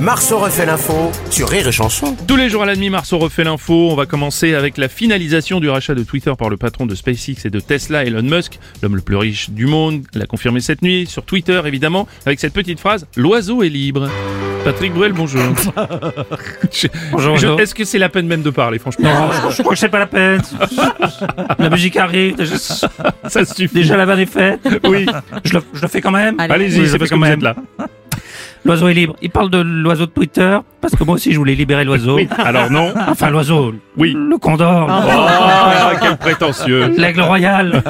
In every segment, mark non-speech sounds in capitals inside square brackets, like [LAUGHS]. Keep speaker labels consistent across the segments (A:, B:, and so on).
A: Marceau refait l'info sur Rire et Chanson.
B: Tous les jours à la demi, Marceau refait l'info. On va commencer avec la finalisation du rachat de Twitter par le patron de SpaceX et de Tesla, Elon Musk, l'homme le plus riche du monde, l'a confirmé cette nuit sur Twitter évidemment, avec cette petite phrase "L'oiseau est libre". Patrick Bruel, bonjour. Je-
C: Bonjour,
B: je-
C: bonjour.
B: Est-ce que c'est la peine même de parler, franchement
C: Non, je crois que Oh, c'est pas la peine. La musique arrive, déjà,
B: Ça suffit.
C: déjà la vanne est faite.
B: Oui.
C: Je le, je le fais quand même.
B: Allez-y,
C: Je le
B: c'est
C: fais
B: parce que
C: quand
B: vous
C: même.
B: êtes là.
C: L'oiseau est libre. Il parle de l'oiseau de Twitter, parce que moi aussi je voulais libérer l'oiseau.
B: Oui. Alors non.
C: Enfin, l'oiseau.
B: Oui.
C: Le condor.
B: Oh, quel prétentieux.
C: L'aigle royal.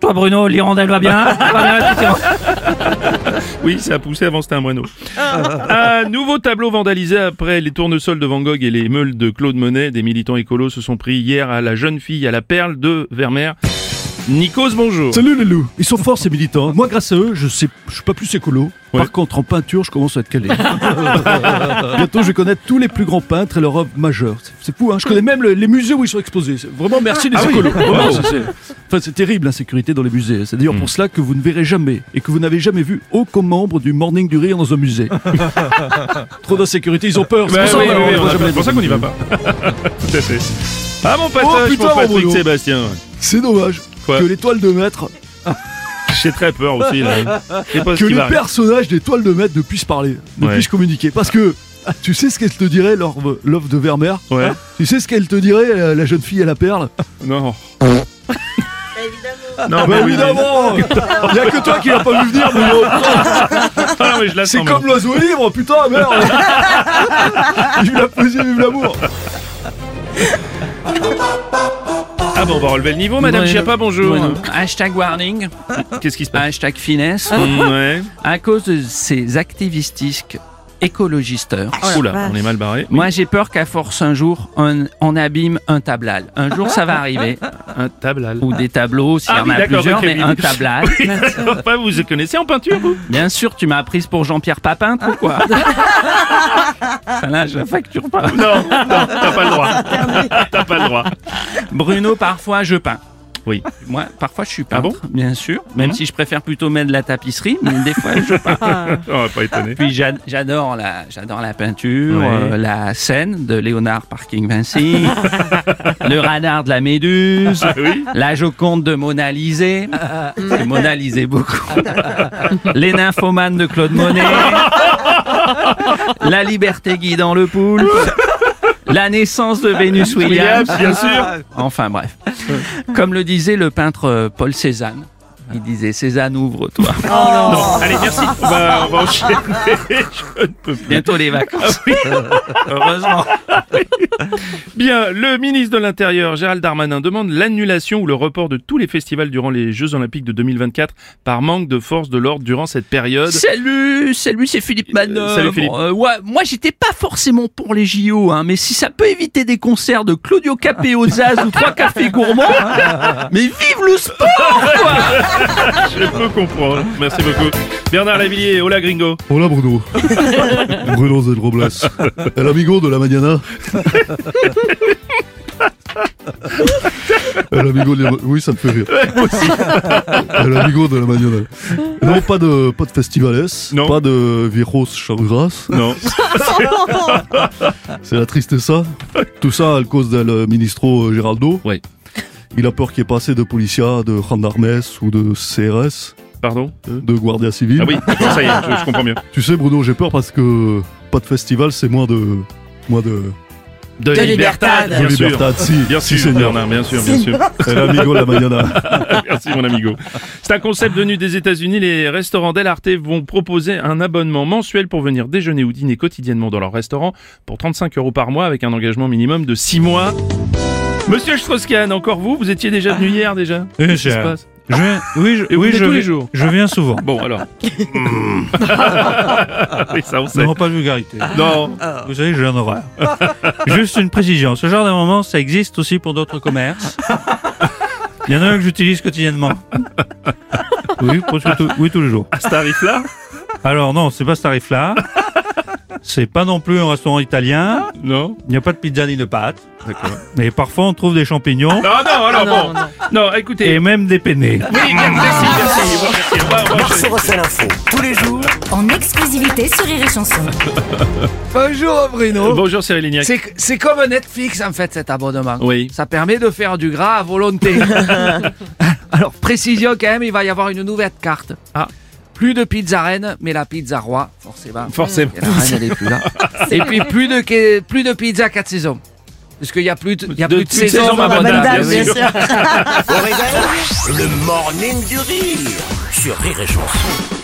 C: Toi, Bruno, l'hirondelle va bien. Va bien, l'hirondelle.
B: Oui, ça a poussé avant, c'était un moineau.
D: Ah.
B: un nouveau tableau vandalisé après les tournesols de Van Gogh et les meules de Claude Monet. Des militants écolos se sont pris hier à la jeune fille à la perle de Vermeer. Nikos, bonjour.
D: Salut les loups Ils sont forts ces militants. hein. Moi grâce à eux, je sais, je suis pas plus écolo.
B: Ouais.
D: Par contre, en peinture, je commence à
B: [LAUGHS]
D: être calé. Bientôt, je vais connaître tous les plus grands peintres et leurs œuvres majeures. C'est- C'est fou, hein Je connais même le- les musées où ils sont exposés. C'est- Vraiment, merci les
B: Ah oui.
D: écolos. Vraiment,
B: Bravo.
D: c'est- c'est- Enfin, c'est terrible l'insécurité dans les musées. hein. C'est d'ailleurs
B: Hmm.
D: pour cela que vous ne verrez jamais et que vous n'avez jamais vu aucun membre du Morning du Rire dans
B: [LAUGHS]
D: un musée. Trop d'insécurité, ils ont peur. C'est
B: Bah
D: pour ça
B: oui,
D: qu'on
B: oui,
D: va-
B: oui,
D: on
B: on
D: va
B: a-
D: jamais
B: c'est pour ça qu'on n'y va pas. [LAUGHS] Tout à fait. Ah mon passage
D: Oh, putain,
B: pour
D: mon
B: Patrick
D: boulot.
B: Sébastien.
D: C'est dommage
B: Quoi
D: que l'étoile de maître,
B: J'ai très peur aussi là. Je sais pas ce qui
D: que
B: va
D: les
B: arriver.
D: personnages d'étoiles de maître ne puissent parler, ne
B: Ouais.
D: puissent communiquer. Parce que ah, tu sais ce qu'elle te dirait, l'orve- l'œuf de Vermeer hein
B: Ouais. Ah
D: Tu sais ce qu'elle te dirait, la, la jeune fille à la perle
B: Non. Non,
D: Bah
B: mais oui,
D: évidemment Il y a que toi qui l'as pas vu venir, mais bon,
B: mais- Ah, mais je la
D: c'est
B: sens,
D: comme l'oiseau libre, putain,
B: [LAUGHS]
D: merde Vive la poésie, vive l'amour
B: moi. Ah bon, on va relever le niveau, Madame
E: Bruno.
B: Chiappa, bonjour.
E: Bruno. Hashtag warning,
B: Qu'est-ce qui se passe
E: hashtag finesse.
B: Mm, Ouais.
D: Oh,
E: À cause de ces activistiques écologisteurs,
B: Ah, Oula, on est mal barré.
E: moi j'ai peur qu'à force un jour on, on abîme un tablal. Un jour ça va arriver.
B: Un tablal.
E: Ou des tableaux, s'il
B: Ah
E: y en
B: oui,
E: a
B: d'accord,
E: plusieurs,
B: ok, [LAUGHS]
E: mais
B: oui.
E: un tablal.
B: [LAUGHS] Enfin, vous vous connaissez en peinture, vous
E: Bien sûr, tu m'as prise pour Jean-Pierre Papin, ou
B: [LAUGHS]
E: quoi Ça, Là, je la facture pas.
B: Non, non, t'as pas le droit. t'as pas le droit.
E: Bruno, parfois je peins.
B: Oui.
E: Moi, parfois je suis
B: Ah
E: peintre, bien sûr, même
B: Mhm.
E: si je préfère plutôt mettre de la tapisserie, mais des fois je peins.
B: On va pas étonner.
E: Puis j'a- j'adore la, j'adore la peinture,
B: Ouais.
E: euh, la scène de Léonard Parking Vinci,
B: [LAUGHS]
E: le radar de la Méduse,
B: Ah oui.
E: la Joconde de Mona Lisée, de Mona Lisée beaucoup, les nymphomanes de Claude Monet, la liberté guidant le poulpe, la naissance de Vénus Williams.
B: Williams, bien sûr.
E: Enfin bref. Comme le disait le peintre euh, Paul Cézanne, il disait Cézanne ouvre-toi.
B: Non, allez, merci. On va, on va enchaîner. [LAUGHS] Je ne peux plus.
E: Bientôt les vacances.
B: Ah oui.
E: [LAUGHS] Heureusement.
B: Bien, le ministre de l'Intérieur, Gérald Darmanin, demande l'annulation ou le report de tous les festivals durant les Jeux Olympiques de 2024 par manque de force de l'ordre durant cette période.
E: Salut, salut, c'est Philippe Manœuvre.
B: salut, Philippe.
E: Euh, ouais, moi, j'étais pas forcément pour les JO, hein, mais si ça peut éviter des concerts de Claudio Capé aux Zaz ou trois cafés [LAUGHS] gourmands, mais vive le sport
B: Je peux comprendre. Merci beaucoup. Bernard Lavillier, hola gringo. [LAUGHS]
D: Voilà Bruno Bruno Del Robles, El amigo de la Mañana El amigo de la... Oui, ça me fait rire. El amigo de la Mañana. Non, pas de, pas de festivales,
B: Non.
D: pas de Viros Changras.
B: Non.
D: C'est la tristesse. Tout ça à cause d'un ministre Géraldo.
B: Ouais.
D: Il a peur qu'il y ait pas assez de policiers, de gendarmes ou de CRS,
B: Pardon
D: de guardia civile.
B: Ah oui, d'accord, ça y est, je, je comprends mieux.
D: Tu sais, Bruno, j'ai peur parce que pas de festival, c'est moins de. moins de.
B: De, libertad. Bien
D: de
B: sûr.
D: libertad. Si,
B: Bien
D: si,
B: sûr,
D: Seigneur.
B: Bernard, bien sûr, bien sûr.
D: El amigo la mañana.
B: [LAUGHS] Merci mon amigo. C'est un concept venu des États-Unis. Les restaurants Del Arte vont proposer un abonnement mensuel pour venir déjeuner ou dîner quotidiennement dans leur restaurant pour 35 euros par mois avec un engagement minimum de 6 mois. Monsieur Strauss-Kahn, encore vous Vous étiez déjà venu hier déjà Qu'est-ce qui se passe Ah.
C: Je, oui, je,
B: Et vous venez tous les jours
C: je
B: [LAUGHS]
C: viens souvent.
B: Bon alors. [LAUGHS] oui, ça on sait.
C: Non, pas de vulgarité.
B: Non.
C: Vous savez, j'ai un horaire. [LAUGHS] Juste une précision. Ce genre de moment, ça existe aussi pour d'autres commerces. Il y en a un que
B: [LAUGHS]
C: j'utilise quotidiennement. Oui, presque tout- oui, tous les jours.
B: À ce tarif-là
C: Alors non, c'est pas ce tarif-là. C'est pas non plus un restaurant italien.
B: Non
C: Il n'y a pas de pizza ni de pâtes.
B: D'accord.
C: Mais parfois, on trouve des champignons
B: Non, Ah non, alors bon.
F: non,
B: Non, écoutez.
C: et même des penne.
B: Oui, bien, merci, merci. bon, merci. Au revoir, au revoir,
A: Marceau refait l'info tous les jours
F: En exclusivité sur Rire et Chanson.
E: Bonjour Bruno.
B: Bonjour Cyril Lignac.
E: C'est, c'est comme Netflix en fait cet abonnement.
B: Oui.
E: Ça permet de faire du gras à volonté. [LAUGHS] Alors précision quand même, il va y avoir une nouvelle carte.
B: Ah.
E: Plus de pizza reine, mais la pizza roi, forcément.
B: Forcément.
E: Et la reine, elle est
B: [LAUGHS]
E: plus là. Et puis plus de, que- plus de pizza 4 saisons. Parce qu'il y a plus de, il y a
B: De-
E: plus de
B: plus de
E: saisons
B: saisons,
E: à
B: madame,
E: Bonheur.
B: bien sûr.
A: au réveil. Le morning du rire sur Rire et Chanson.